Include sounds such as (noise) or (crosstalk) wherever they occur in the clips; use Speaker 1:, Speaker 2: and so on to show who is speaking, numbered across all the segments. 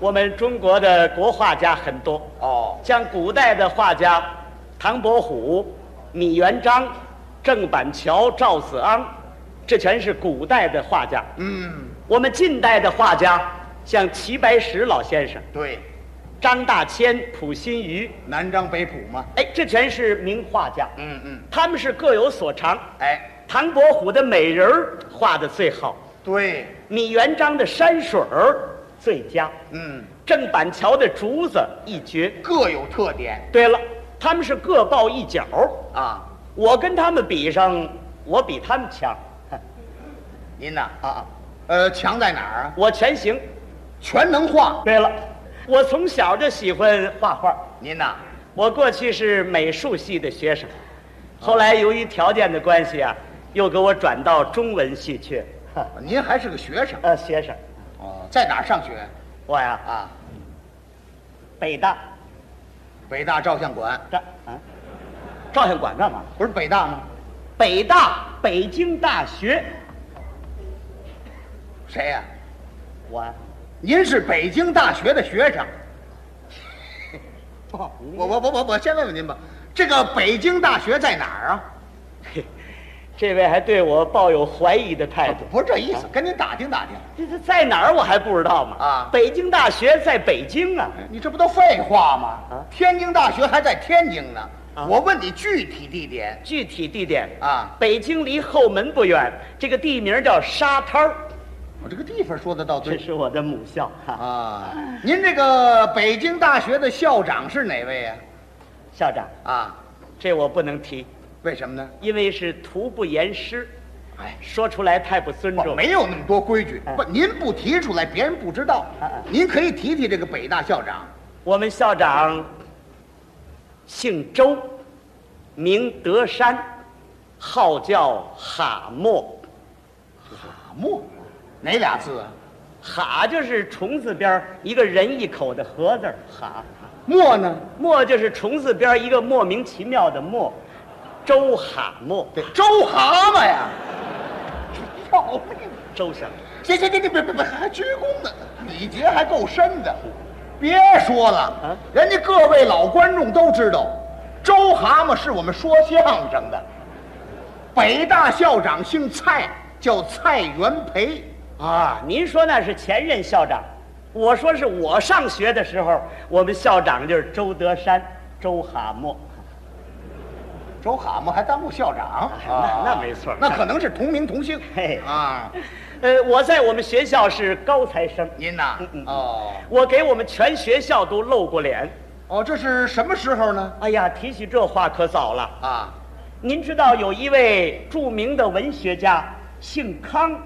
Speaker 1: 我们中国的国画家很多，
Speaker 2: 哦，
Speaker 1: 像古代的画家唐伯虎、米元璋、郑板桥、赵子昂，这全是古代的画家。
Speaker 2: 嗯，
Speaker 1: 我们近代的画家，像齐白石老先生、
Speaker 2: 对，
Speaker 1: 张大千、溥心畬，
Speaker 2: 南张北楚嘛。
Speaker 1: 哎，这全是名画家。
Speaker 2: 嗯嗯，
Speaker 1: 他们是各有所长。
Speaker 2: 哎，
Speaker 1: 唐伯虎的美人儿画的最好，
Speaker 2: 对，
Speaker 1: 米元璋的山水儿最佳，
Speaker 2: 嗯，
Speaker 1: 郑板桥的竹子一绝。
Speaker 2: 各有特点
Speaker 1: 对了，他们是各抱一角，
Speaker 2: 啊。
Speaker 1: 我跟他们比上，我比他们强，
Speaker 2: 您呐啊啊，呃，强在哪儿啊？
Speaker 1: 我全行。
Speaker 2: 全能画。
Speaker 1: 对了，我从小就喜欢画画，
Speaker 2: 您呐，
Speaker 1: 我过去是美术系的学生，后来由于条件的关系啊，又给我转到中文系去了。哈
Speaker 2: 您还是个学生
Speaker 1: 呃，学生，
Speaker 2: 哦，在哪儿上学
Speaker 1: 我呀，
Speaker 2: 啊？
Speaker 1: 北大
Speaker 2: 北大照相馆
Speaker 1: 照啊，照相馆干嘛？
Speaker 2: 不是北大吗？
Speaker 1: 北大北京大学，
Speaker 2: 谁呀、
Speaker 1: 我啊
Speaker 2: 您是北京大学的学 (laughs) 生。
Speaker 1: 不好
Speaker 2: 我我我我我先问问您吧，这个北京大学在哪儿啊？
Speaker 1: 嘿这位还对我抱有怀疑的态度。
Speaker 2: 哎不是这意思，跟您打听打听。
Speaker 1: 这这在哪儿我还不知道嘛。
Speaker 2: 啊
Speaker 1: 北京大学在北京啊。
Speaker 2: 你这不都废话吗？
Speaker 1: 啊
Speaker 2: 天津大学还在天津呢。
Speaker 1: 啊
Speaker 2: 我问你具体地点
Speaker 1: 具体地点，
Speaker 2: 啊，
Speaker 1: 北京离后门不远，这个地名叫沙滩儿，
Speaker 2: 我这个地方说的倒
Speaker 1: 这
Speaker 2: 对
Speaker 1: 是我的母校哈。
Speaker 2: 啊。您这个北京大学的校长是哪位呀、
Speaker 1: 校长，
Speaker 2: 啊？
Speaker 1: 这我不能提，
Speaker 2: 为什么呢？
Speaker 1: 因为是徒不言师，
Speaker 2: 哎，
Speaker 1: 说出来太不尊
Speaker 2: 我
Speaker 1: 重。
Speaker 2: 没有那么多规矩
Speaker 1: 哎，
Speaker 2: 不，您不提出来，别人不知道
Speaker 1: 哎哎。
Speaker 2: 您可以提提这个北大校长
Speaker 1: 我们校长姓周，名德山，号叫哈默。
Speaker 2: 马默，啊哪俩字啊？
Speaker 1: 哈就是虫字边儿一个人一口的禾字儿哈，
Speaker 2: 默呢？
Speaker 1: 默就是虫字边儿一个莫名其妙的默，周哈默，
Speaker 2: 对，周蛤蟆呀。 (laughs) 要命！
Speaker 1: 周生。
Speaker 2: 行行行，你别别别，还鞠躬呢，礼节还够深的。别说了，
Speaker 1: 啊
Speaker 2: 人家各位老观众都知道，周蛤蟆是我们说相声的。北大校长姓蔡，叫蔡元培。
Speaker 1: 啊，您说那是前任校长，我说是我上学的时候，我们校长就是周德山、周哈默。
Speaker 2: 周蛤蟆还当过校长，
Speaker 1: 哎
Speaker 2: 啊
Speaker 1: 那那没错
Speaker 2: 那可能是同名同姓。
Speaker 1: 嘿
Speaker 2: 啊，
Speaker 1: 呃，我在我们学校是高材生，
Speaker 2: 您呐
Speaker 1: 嗯嗯，
Speaker 2: 哦
Speaker 1: 我给我们全学校都露过脸。
Speaker 2: 哦，这是什么时候呢？
Speaker 1: 哎呀，提起这话可早了。
Speaker 2: 啊，
Speaker 1: 您知道有一位著名的文学家，姓康，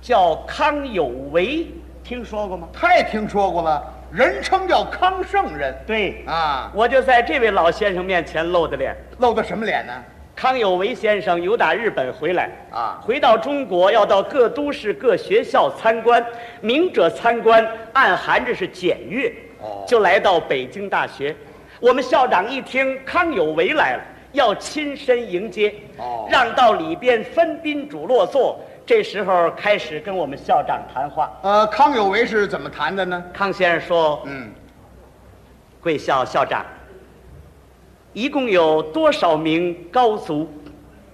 Speaker 1: 叫康有为，听说过吗？
Speaker 2: 太听说过了，人称叫康圣人
Speaker 1: 对，
Speaker 2: 啊，
Speaker 1: 我就在这位老先生面前露的脸。
Speaker 2: 露的什么脸呢？
Speaker 1: 康有为先生有打日本回来
Speaker 2: 啊
Speaker 1: 回到中国要到各都市、各学校参观，明者参观，暗含着是检阅，
Speaker 2: 哦
Speaker 1: 就来到北京大学。我们校长一听康有为来了，要亲身迎接，
Speaker 2: 哦
Speaker 1: 让到里边分宾主落座。这时候开始跟我们校长谈话，
Speaker 2: 呃，康有为是怎么谈的呢？
Speaker 1: 康先生说：“
Speaker 2: 嗯，
Speaker 1: 贵校校长，一共有多少名高足？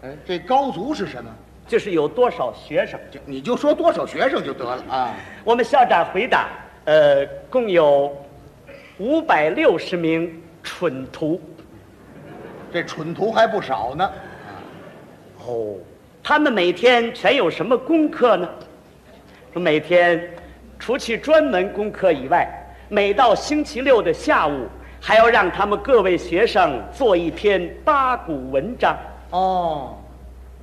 Speaker 2: 哎，这高足是什么？
Speaker 1: 就是有多少学生？”
Speaker 2: 就你就说多少学生就得了啊。
Speaker 1: 我们校长回答：呃，共有五百六十名蠢徒。
Speaker 2: 这蠢徒还不少呢。
Speaker 1: 哦，他们每天全有什么功课呢？说每天除去专门功课以外，每到星期六的下午，还要让他们各位学生做一篇八股文章。
Speaker 2: 哦，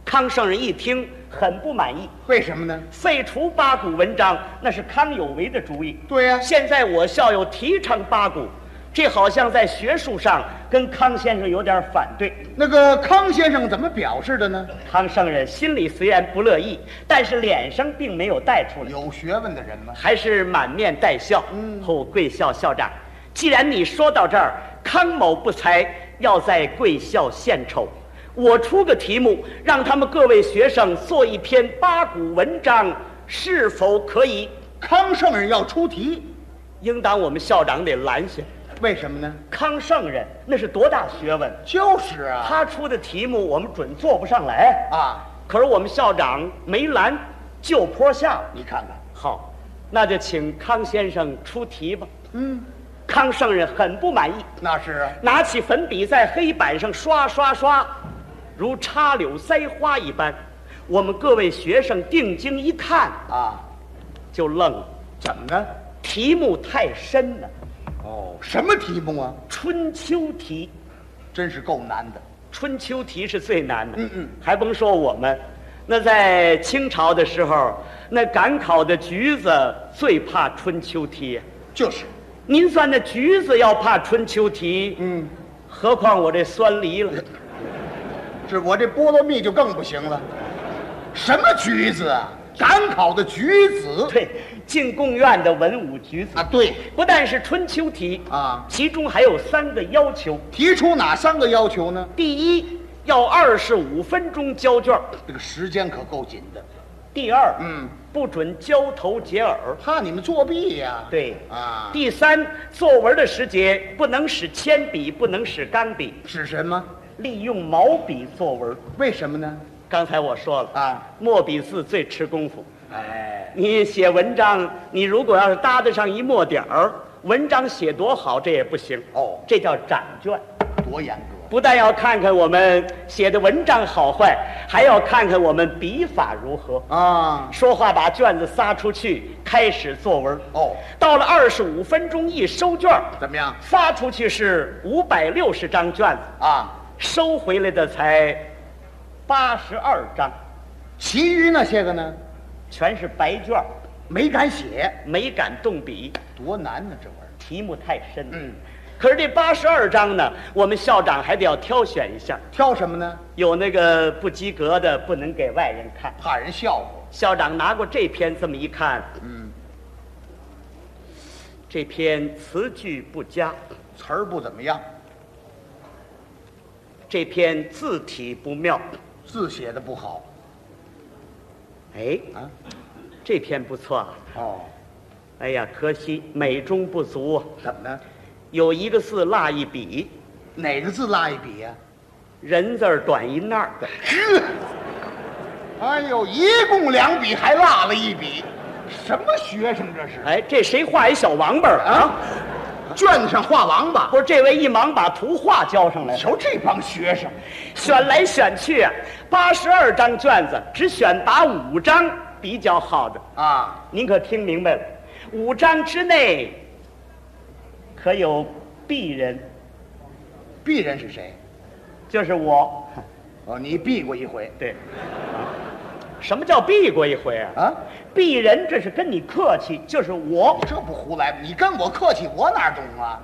Speaker 1: 康圣人一听很不满意，
Speaker 2: 为什么呢？
Speaker 1: 废除八股文章那是康有为的主意。
Speaker 2: 对呀、
Speaker 1: 现在我校友提倡八股，这好像在学术上跟康先生有点反对。
Speaker 2: 那个康先生怎么表示的呢？
Speaker 1: 康圣人心里虽然不乐意，但是脸上并没有带出来，
Speaker 2: 有学问的人吗？
Speaker 1: 还是满面带笑。
Speaker 2: 嗯
Speaker 1: 后贵校校长，既然你说到这儿，康某不才要在贵校献丑。我出个题目，让他们各位学生做一篇八股文章，是否可以？
Speaker 2: 康圣人要出题，
Speaker 1: 应当我们校长得拦下。
Speaker 2: 为什么呢？
Speaker 1: 康圣人那是多大学问，
Speaker 2: 就是啊，
Speaker 1: 他出的题目我们准做不上来。
Speaker 2: 啊，
Speaker 1: 可是我们校长没拦，就坡下。
Speaker 2: 你看看，
Speaker 1: 好，那就请康先生出题吧。
Speaker 2: 嗯，
Speaker 1: 康圣人很不满意，
Speaker 2: 那是啊，
Speaker 1: 拿起粉笔在黑板上刷刷刷，如插柳栽花一般。我们各位学生定睛一看，
Speaker 2: 啊，
Speaker 1: 就愣了，
Speaker 2: 怎么呢？
Speaker 1: 题目太深了，
Speaker 2: 哦，什么题目啊？
Speaker 1: 春秋题。
Speaker 2: 真是够难的。
Speaker 1: 春秋题是最难的，
Speaker 2: 嗯嗯，
Speaker 1: 还甭说我们，那在清朝的时候，那赶考的橘子最怕春秋题。
Speaker 2: 就是，
Speaker 1: 您算那橘子要怕春秋题，
Speaker 2: 嗯，
Speaker 1: 何况我这酸梨了？
Speaker 2: 是我这菠萝蜜就更不行了。什么橘子啊？赶考的橘子
Speaker 1: (laughs) 对，进贡院的文武举子
Speaker 2: 啊？对，
Speaker 1: 不但是春秋题
Speaker 2: 啊
Speaker 1: 其中还有三个要求：
Speaker 2: 提出哪三个要求呢？
Speaker 1: 第一，要二十五分钟交卷儿；
Speaker 2: 这个时间可够紧的。
Speaker 1: 第二，
Speaker 2: 嗯，
Speaker 1: 不准交头接耳；
Speaker 2: 怕你们作弊呀、
Speaker 1: 对
Speaker 2: 啊，
Speaker 1: 第三，作文的时节不能使铅笔，不能使钢笔，
Speaker 2: 指什么？
Speaker 1: 利用毛笔作文。
Speaker 2: 为什么呢？
Speaker 1: 刚才我说了
Speaker 2: 啊，
Speaker 1: 墨笔字最吃功夫。
Speaker 2: 哎，
Speaker 1: 你写文章，你如果要是搭得上一墨点儿，文章写多好，这也不行。
Speaker 2: 哦
Speaker 1: 这叫展卷。
Speaker 2: 多严格！
Speaker 1: 不但要看看我们写的文章好坏，还要看看我们笔法如何。
Speaker 2: 啊，
Speaker 1: 说话把卷子撒出去，开始作文。
Speaker 2: 哦，
Speaker 1: 到了二十五分钟一收卷儿，
Speaker 2: 怎么样
Speaker 1: 发出去是五百六十张卷子，
Speaker 2: 啊？
Speaker 1: 收回来的才八十二张，
Speaker 2: 其余那些个呢？
Speaker 1: 全是白卷儿，
Speaker 2: 没敢写，
Speaker 1: 没敢动笔，
Speaker 2: 多难呢、这玩意儿。
Speaker 1: 题目太深。
Speaker 2: 嗯，
Speaker 1: 可是这八十二张呢，我们校长还得要挑选一下，
Speaker 2: 挑什么呢？
Speaker 1: 有那个不及格的不能给外人看。
Speaker 2: 怕人笑话。
Speaker 1: 校长拿过这篇这么一看，
Speaker 2: 嗯，
Speaker 1: 这篇词句不佳，
Speaker 2: 词儿不怎么样，
Speaker 1: 这篇字体不妙，
Speaker 2: 字写的不好
Speaker 1: 哎，
Speaker 2: 啊。
Speaker 1: 这篇不错啊。
Speaker 2: 哦，
Speaker 1: 哎呀，可惜美中不足啊，
Speaker 2: 怎么呢？
Speaker 1: 有一个字落一笔，
Speaker 2: 哪个字落一笔呀、
Speaker 1: 人字儿短一捺儿。
Speaker 2: 哎呦，一共两笔，还落了一笔，什么学生这是？
Speaker 1: 哎，这谁画一小王八儿啊？
Speaker 2: 啊，卷子上画王八，
Speaker 1: 不是，这位一忙把图画交上来了，
Speaker 2: 瞧这帮学生，
Speaker 1: 选来选去啊，八十二张卷子，只选拔五张比较好的。
Speaker 2: 啊，
Speaker 1: 您可听明白了？五章之内可有鄙人，
Speaker 2: 鄙人是谁？
Speaker 1: 就是我。 (laughs)
Speaker 2: 哦，你避过一回
Speaker 1: 对，什么叫避过一回啊？
Speaker 2: 啊？
Speaker 1: 鄙人这是跟你客气，就是我。
Speaker 2: 这不胡来！你跟我客气，我哪懂啊？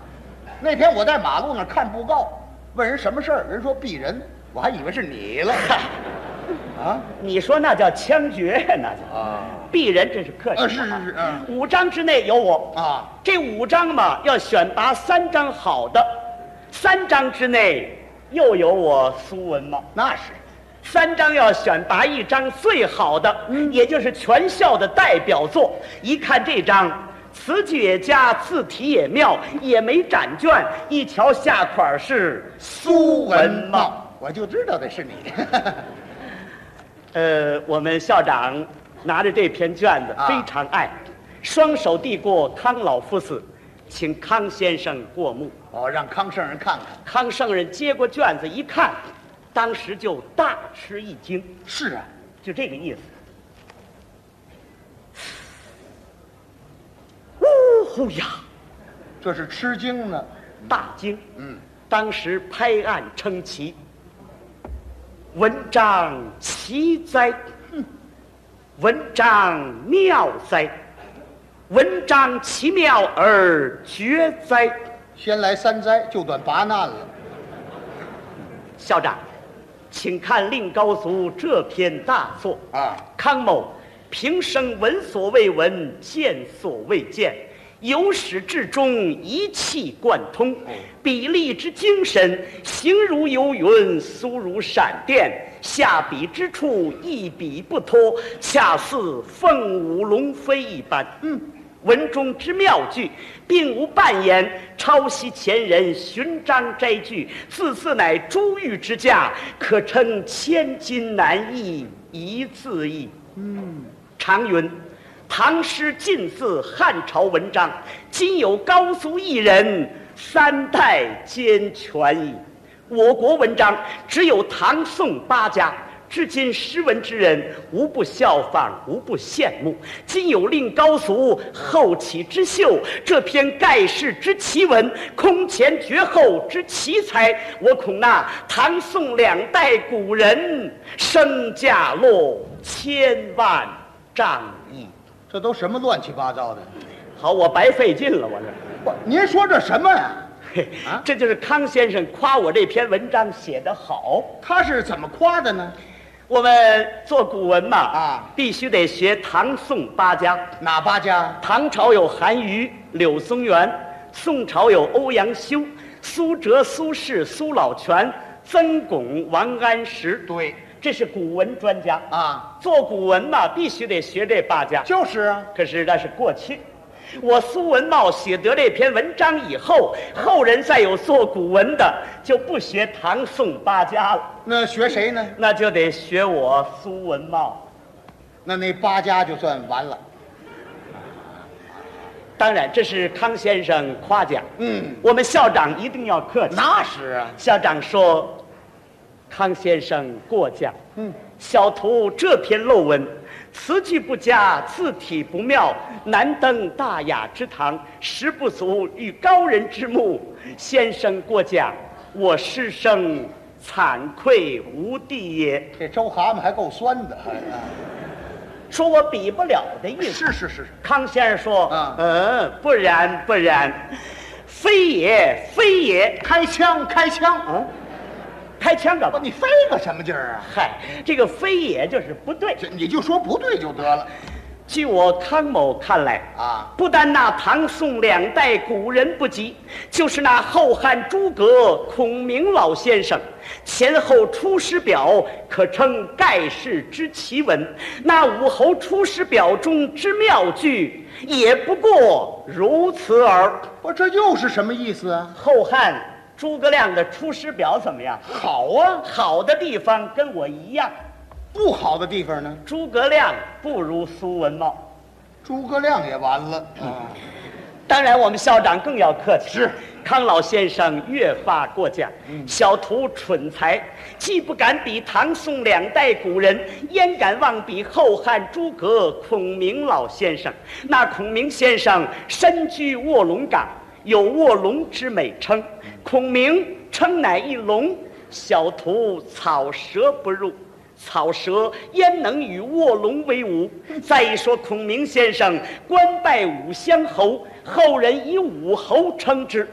Speaker 2: 那天我在马路那儿看布告，问人什么事儿，人说鄙人，我还以为是你了。啊
Speaker 1: 你说那叫枪决， (laughs) 那叫 (laughs)
Speaker 2: 啊
Speaker 1: 鄙人这是客气。
Speaker 2: 啊！是是是，嗯
Speaker 1: 五章之内有我。
Speaker 2: 啊，
Speaker 1: 这五张嘛，要选拔三张好的，三张之内又有我苏文茂。
Speaker 2: 那是
Speaker 1: 三张要选拔一张最好的，
Speaker 2: 嗯
Speaker 1: 也就是全校的代表作。一看这张，词句也佳，字体也妙，也没展卷。一瞧下款是
Speaker 2: 苏文
Speaker 1: 茂。
Speaker 2: 茂，我就知道得是你。
Speaker 1: 呃，我们校长拿着这篇卷子
Speaker 2: 啊
Speaker 1: 非常爱，双手递过康老夫子，请康先生过目。
Speaker 2: 哦，让康圣人看看。
Speaker 1: 康圣人接过卷子一看，当时就大吃一惊，
Speaker 2: 是啊，
Speaker 1: 就这个意思。呜呼呀，
Speaker 2: 这是吃惊呢。
Speaker 1: 大惊！
Speaker 2: 嗯，
Speaker 1: 当时拍案称奇，文章奇哉，文章妙哉，文章奇妙而绝哉。
Speaker 2: 先来三灾，就短八难了。
Speaker 1: 校长，请看令高足这篇大作。
Speaker 2: 啊，
Speaker 1: 康某平生闻所未闻，见所未见，由始至终一气贯通，笔力之精深，行如游云，苏如闪电，下笔之处一笔不脱，恰似凤舞龙飞一般。嗯，文中之妙句，并无半言抄袭前人、寻章摘句，字字乃珠玉之价，可称千金难易一字易。常云：“唐诗尽似汉朝文章，今有高俗一人，三代兼全矣。”我国文章只有唐宋八家，至今诗文之人无不效仿，无不羡慕。今有令高俗，后起之秀，这篇盖世之奇文，空前绝后之奇才，我恐那唐宋两代古人，身价落千万丈矣。
Speaker 2: 这都什么乱七八糟的？
Speaker 1: 好，我白费劲了，我这。
Speaker 2: 不，您说这什么呀？
Speaker 1: 嘿
Speaker 2: 啊
Speaker 1: 这就是康先生夸我这篇文章写得好。
Speaker 2: 他是怎么夸的呢？
Speaker 1: 我们做古文嘛，
Speaker 2: 啊
Speaker 1: 必须得学唐宋八家。
Speaker 2: 哪八家？
Speaker 1: 唐朝有韩愈、柳宗元，宋朝有欧阳修、苏辙、苏轼、苏老泉、曾巩、王安石，
Speaker 2: 对，
Speaker 1: 这是古文专家。
Speaker 2: 啊，
Speaker 1: 做古文嘛，必须得学这八家。
Speaker 2: 就是啊，
Speaker 1: 可是那是过去。我苏文茂写得这篇文章以后，后人再有做古文的，就不学唐宋八家了，
Speaker 2: 那学谁呢？
Speaker 1: 那就得学我苏文茂。
Speaker 2: 那那八家就算完了。
Speaker 1: 当然，这是康先生夸奖。
Speaker 2: 嗯，
Speaker 1: 我们校长一定要客气。
Speaker 2: 那是啊，
Speaker 1: 校长说：“康先生过奖。”
Speaker 2: 嗯，
Speaker 1: 小徒这篇漏文，词句不佳，字体不妙，难登大雅之堂，实不足与高人之目。先生过奖，我师生惭愧无地也。
Speaker 2: 这周蛤蟆还够酸的。哎
Speaker 1: 说我比不了的意思。
Speaker 2: 是是是，
Speaker 1: 康先生说：“
Speaker 2: 啊
Speaker 1: 嗯，不然不然，非也非也。
Speaker 2: 开枪开枪！
Speaker 1: 啊，开枪干
Speaker 2: 不，
Speaker 1: 嘛？
Speaker 2: 你飞个什么劲儿啊？
Speaker 1: 嗨，这个非也就是不对。
Speaker 2: 这你就说不对就得了
Speaker 1: 据我康某看来
Speaker 2: 啊
Speaker 1: 不单那唐宋两代古人不及，就是那后汉诸葛孔明老先生，前后出师表可称盖世之奇文。那武侯出师表中之妙句，也不过如此耳。
Speaker 2: 不，这又是什么意思啊？
Speaker 1: 后汉诸葛亮的出师表怎么样？
Speaker 2: 好啊，
Speaker 1: 好的地方跟我一样，
Speaker 2: 不好的地方呢？
Speaker 1: 诸葛亮不如苏文茂。
Speaker 2: 诸葛亮也完了。啊
Speaker 1: 当然，我们校长更要客气。
Speaker 2: 是，
Speaker 1: 康老先生越发过奖。小徒蠢才，既不敢比唐宋两代古人，焉敢妄比后汉诸葛孔明老先生？那孔明先生身居卧龙岗，有卧龙之美称。孔明称乃一龙，小徒草蛇不入。草蛇焉能与卧龙为伍？再一说，孔明先生官拜武乡侯，后人以武侯称之。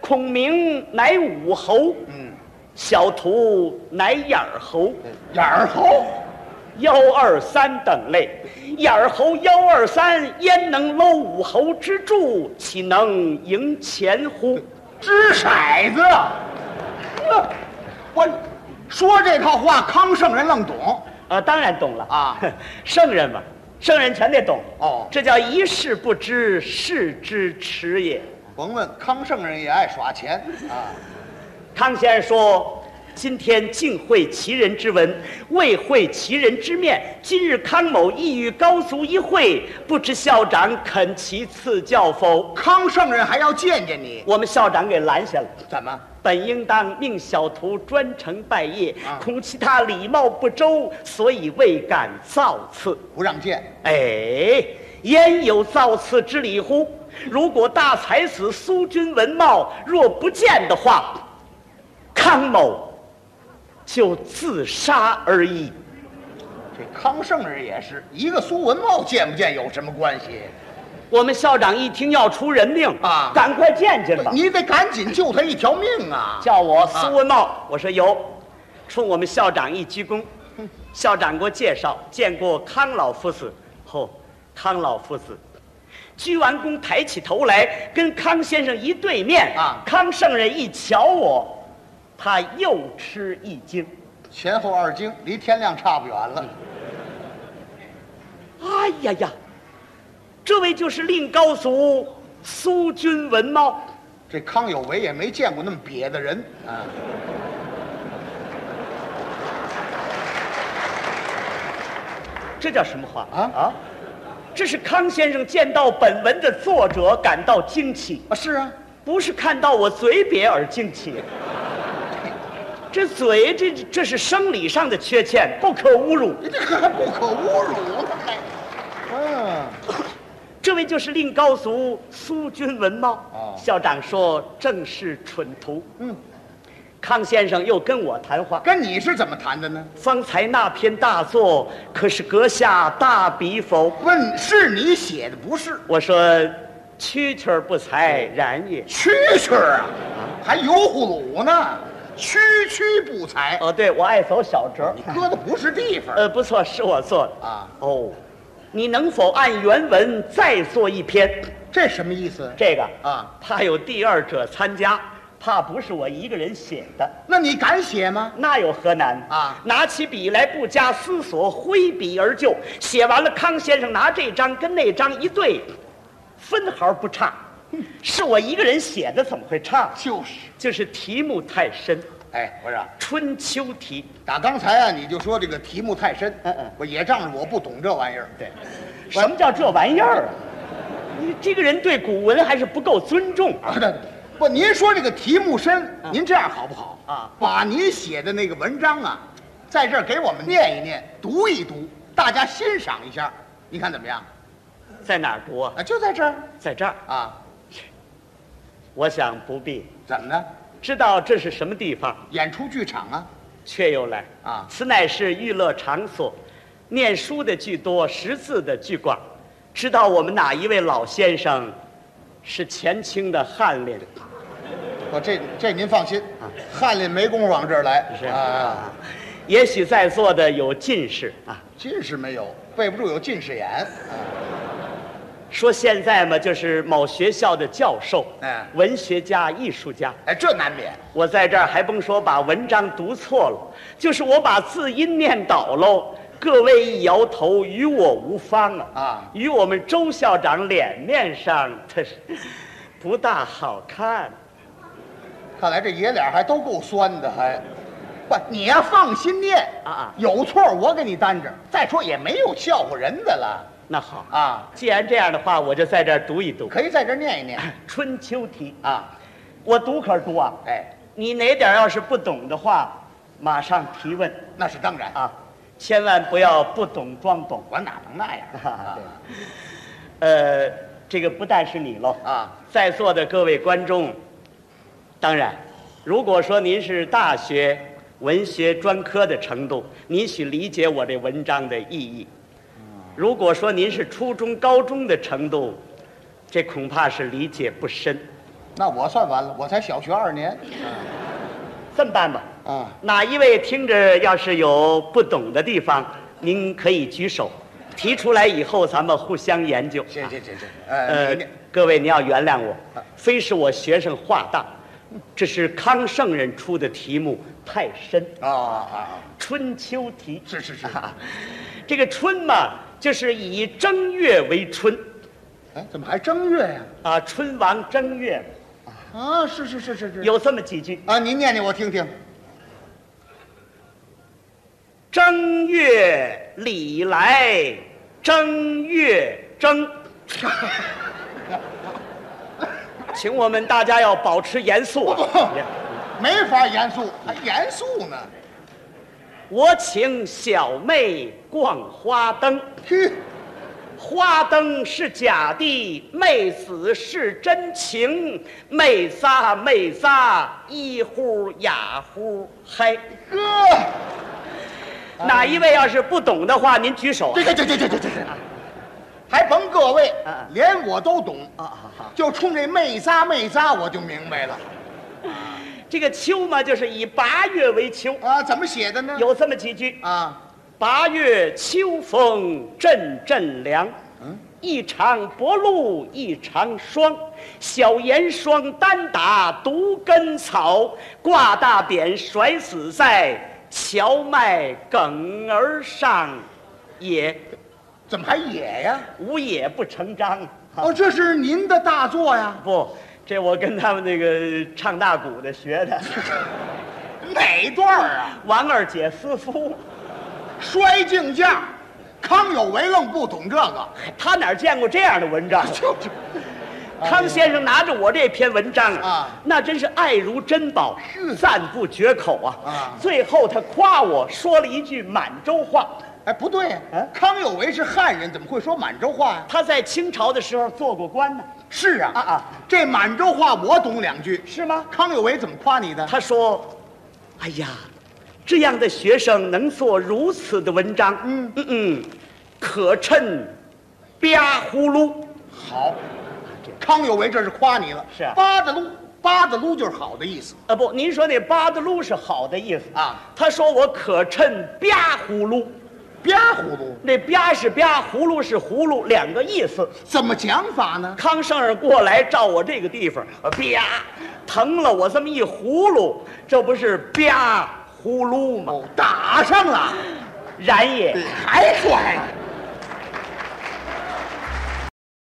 Speaker 1: 孔明乃武侯，
Speaker 2: 嗯，
Speaker 1: 小徒乃眼儿侯，
Speaker 2: 眼儿猴，
Speaker 1: 幺二三等类。眼儿侯幺二三，焉能搂武侯之柱？岂能赢前乎？
Speaker 2: 掷骰子。呵我说这套话，康圣人愣懂。
Speaker 1: 啊，当然懂了
Speaker 2: 啊
Speaker 1: (laughs) 圣人嘛，圣人全得懂。
Speaker 2: 哦
Speaker 1: 这叫一事不知，是之耻也。
Speaker 2: 甭问，康圣人也爱耍钱啊。
Speaker 1: 康先生说：“今天竟会其人之文，未会其人之面。今日康某意欲高足一会，不知校长肯其赐教否
Speaker 2: 康圣人还要见见你？”，
Speaker 1: 我们校长给拦下了。
Speaker 2: 怎么？
Speaker 1: 本应当命小徒专程拜谒
Speaker 2: 啊，
Speaker 1: 恐其他礼貌不周，所以未敢造次。
Speaker 2: 不让见？
Speaker 1: 哎，焉有造次之理乎？如果大才子苏君文茂若不见的话，康某就自杀而已。
Speaker 2: 这康圣人也是一个苏文茂见不见有什么关系？
Speaker 1: 我们校长一听要出人命
Speaker 2: 啊
Speaker 1: 赶快见见吧！
Speaker 2: 你得赶紧救他一条命啊！
Speaker 1: 叫我苏文茂，我说有，冲我们校长一鞠躬。校长给我介绍，见过康老夫子。哦，康老夫子，鞠完躬抬起头来，跟康先生一对面
Speaker 2: 啊
Speaker 1: 康圣人一瞧我，他又吃一惊。
Speaker 2: 前后二经离天亮差不远了。
Speaker 1: 哎呀呀，这位就是令高俗苏君文猫，
Speaker 2: 这康有为也没见过那么瘪的人啊。
Speaker 1: 这叫什么话
Speaker 2: 啊
Speaker 1: 啊！这是康先生见到本文的作者感到惊奇，
Speaker 2: 啊，是啊，
Speaker 1: 不是看到我嘴瘪而惊奇。 (laughs) 这嘴，这这是生理上的缺陷，不可侮辱。
Speaker 2: 你 (laughs) 这还不可侮辱呢。还嗯，
Speaker 1: 这位就是令高俗苏君文猫。
Speaker 2: 哦
Speaker 1: 校长说正是蠢徒。
Speaker 2: 嗯，
Speaker 1: 康先生又跟我谈话。
Speaker 2: 跟你是怎么谈的呢？
Speaker 1: 方才那篇大作可是阁下大笔否？
Speaker 2: 问是你写的不是？
Speaker 1: 我说，蛐蛐儿不才然也。
Speaker 2: 蛐蛐儿啊，还油葫芦呢，区区不才，
Speaker 1: 哦，对，我爱走小折。
Speaker 2: 你搁的不是地方。
Speaker 1: 呃，不错，是我做的
Speaker 2: 啊。
Speaker 1: 哦，你能否按原文再做一篇？
Speaker 2: 这什么意思？
Speaker 1: 这个
Speaker 2: 啊，
Speaker 1: 怕有第二者参加，怕不是我一个人写的，
Speaker 2: 那你敢写吗？
Speaker 1: 那有何难
Speaker 2: 啊
Speaker 1: 拿起笔来，不加思索，挥笔而就。写完了，康先生拿这张跟那张一对，分毫不差。是我一个人写的，怎么会差？
Speaker 2: 就是，
Speaker 1: 就是题目太深，《
Speaker 2: 哎，不是啊、
Speaker 1: 春秋题》。
Speaker 2: 打刚才啊，你就说这个题目太深，
Speaker 1: 嗯嗯
Speaker 2: 我也仗着我不懂这玩意儿。
Speaker 1: 对，什么叫这玩意儿啊？你这个人对古文还是不够尊重啊！
Speaker 2: 啊，对不，您说这个题目深，您这样好不好
Speaker 1: 嗯啊
Speaker 2: 把您写的那个文章啊，在这儿给我们念一念，读一读，大家欣赏一下，你看怎么样？
Speaker 1: 在哪儿读啊？
Speaker 2: 啊，就在这儿
Speaker 1: 在这儿，
Speaker 2: 啊，
Speaker 1: 我想不必
Speaker 2: 怎么呢？
Speaker 1: 知道这是什么地方，
Speaker 2: 演出剧场啊，
Speaker 1: 却又来
Speaker 2: 啊
Speaker 1: 此乃是娱乐场所，念书的居多，识字的居寡。知道我们哪一位老先生是前清的翰林？
Speaker 2: 我哦这这您放心，翰林没工夫往这儿来
Speaker 1: 啊是
Speaker 2: 啊，
Speaker 1: 啊，也许在座的有进士啊。
Speaker 2: 近视没有，备不住有近视眼。
Speaker 1: 说现在嘛，就是某学校的教授，
Speaker 2: 哎
Speaker 1: 文学家、艺术家，
Speaker 2: 哎，这难免。
Speaker 1: 我在这儿还甭说把文章读错了，就是我把字音念倒喽。各位一摇头，与我无方啊！
Speaker 2: 啊
Speaker 1: 与我们周校长脸面上，他是不大好看。
Speaker 2: 看来这爷俩还都够酸的，还。不，你呀、放心念
Speaker 1: 啊啊
Speaker 2: 有错我给你担着。再说也没有笑话人的了
Speaker 1: 那好，
Speaker 2: 啊，
Speaker 1: 既然这样的话，我就在这儿读一读《
Speaker 2: 可以在这儿念一念
Speaker 1: 春秋题》啊。
Speaker 2: 啊。
Speaker 1: 我读可是读啊，
Speaker 2: 哎，
Speaker 1: 你哪点儿要是不懂的话，马上提问
Speaker 2: 那是当然，
Speaker 1: 啊，千万不要不懂装懂。
Speaker 2: 我哪能那样
Speaker 1: (laughs) 啊
Speaker 2: 啊？
Speaker 1: 呃，这个不但是你喽
Speaker 2: 啊，
Speaker 1: 在座的各位观众，当然，如果说您是大学文学专科的程度，您许理解我这文章的意义；如果说您是初中、高中的程度，这恐怕是理解不深。
Speaker 2: 那我算完了，我才小学二年
Speaker 1: 这么办吧，
Speaker 2: 啊。
Speaker 1: 哪一位听着要是有不懂的地方，您可以举手，提出来以后咱们互相研究。
Speaker 2: 这这这这，呃，
Speaker 1: 呃
Speaker 2: 你念，
Speaker 1: 各位你要原谅我，非是我学生话大，这是康圣人出的题目太深，《
Speaker 2: 啊啊啊，
Speaker 1: 春秋题》
Speaker 2: 是是是，
Speaker 1: 啊，这个春嘛，就是以正月为春
Speaker 2: 哎，怎么还正月呀？
Speaker 1: 啊，春王正月
Speaker 2: 啊，是是是是是。
Speaker 1: 有这么几句：
Speaker 2: 啊，您念念我听听。
Speaker 1: 正月里来，正月争。请我们大家要保持严肃啊！
Speaker 2: 没法严肃，还严肃呢？
Speaker 1: 我请小妹逛花灯，
Speaker 2: 嘿，
Speaker 1: 花灯是假的，妹子是真情。妹仨妹仨，一呼雅呼嗨。
Speaker 2: 哥，
Speaker 1: 哪一位要是不懂的话，您举手啊
Speaker 2: 这。个这这这这这这，还甭各位
Speaker 1: 啊啊，
Speaker 2: 连我都懂
Speaker 1: 啊啊啊！
Speaker 2: 就冲这妹仨妹仨，我就明白了
Speaker 1: 这个秋嘛，就是以八月为秋，
Speaker 2: 啊！怎么写的呢？
Speaker 1: 有这么几句：
Speaker 2: 啊，
Speaker 1: 八月秋风阵阵凉，
Speaker 2: 嗯，
Speaker 1: 一场薄露一场霜，小严霜单打独根草，挂大扁甩死在荞麦梗儿上也。
Speaker 2: 怎么还野呀？
Speaker 1: 无野不成章。啊
Speaker 2: 哦，这是您的大作呀？
Speaker 1: 不，这我跟他们那个唱大鼓的学的，
Speaker 2: 哪段儿啊？
Speaker 1: 王二姐思夫，
Speaker 2: 摔镜架，康有为愣不懂这个，
Speaker 1: 他哪儿见过这样的文章？
Speaker 2: 就这
Speaker 1: 康先生拿着我这篇文章
Speaker 2: 啊
Speaker 1: 那真是爱如珍宝，
Speaker 2: 是
Speaker 1: 赞不绝口啊！
Speaker 2: 啊
Speaker 1: 最后他夸我说了一句满洲话，
Speaker 2: 哎，不对呀、
Speaker 1: 啊
Speaker 2: 康有为是汉人，怎么会说满洲话呀、
Speaker 1: 他在清朝的时候做过官呢，
Speaker 2: 是啊，
Speaker 1: 啊啊，
Speaker 2: 这满洲话我懂两句。
Speaker 1: 是吗？
Speaker 2: 康有为怎么夸你的？
Speaker 1: 他说：“哎呀，这样的学生能做如此的文章，
Speaker 2: 嗯
Speaker 1: 嗯嗯，可趁吧呼噜。”
Speaker 2: 好，康有为这是夸你了。
Speaker 1: 是啊
Speaker 2: 八的撸，八的撸就是好的意思。
Speaker 1: 啊不，您说那八子路是好的意思
Speaker 2: 啊？
Speaker 1: 他说我可趁吧呼噜，
Speaker 2: 吧葫芦
Speaker 1: 那吧是吧，葫芦是葫芦，两个意思。
Speaker 2: 怎么讲法呢？
Speaker 1: 康圣人过来照我这个地方，呃吧，疼了我这么一葫芦，这不是吧呼噜吗？啊
Speaker 2: 哦哦，打上了，
Speaker 1: 然也，
Speaker 2: 还拽。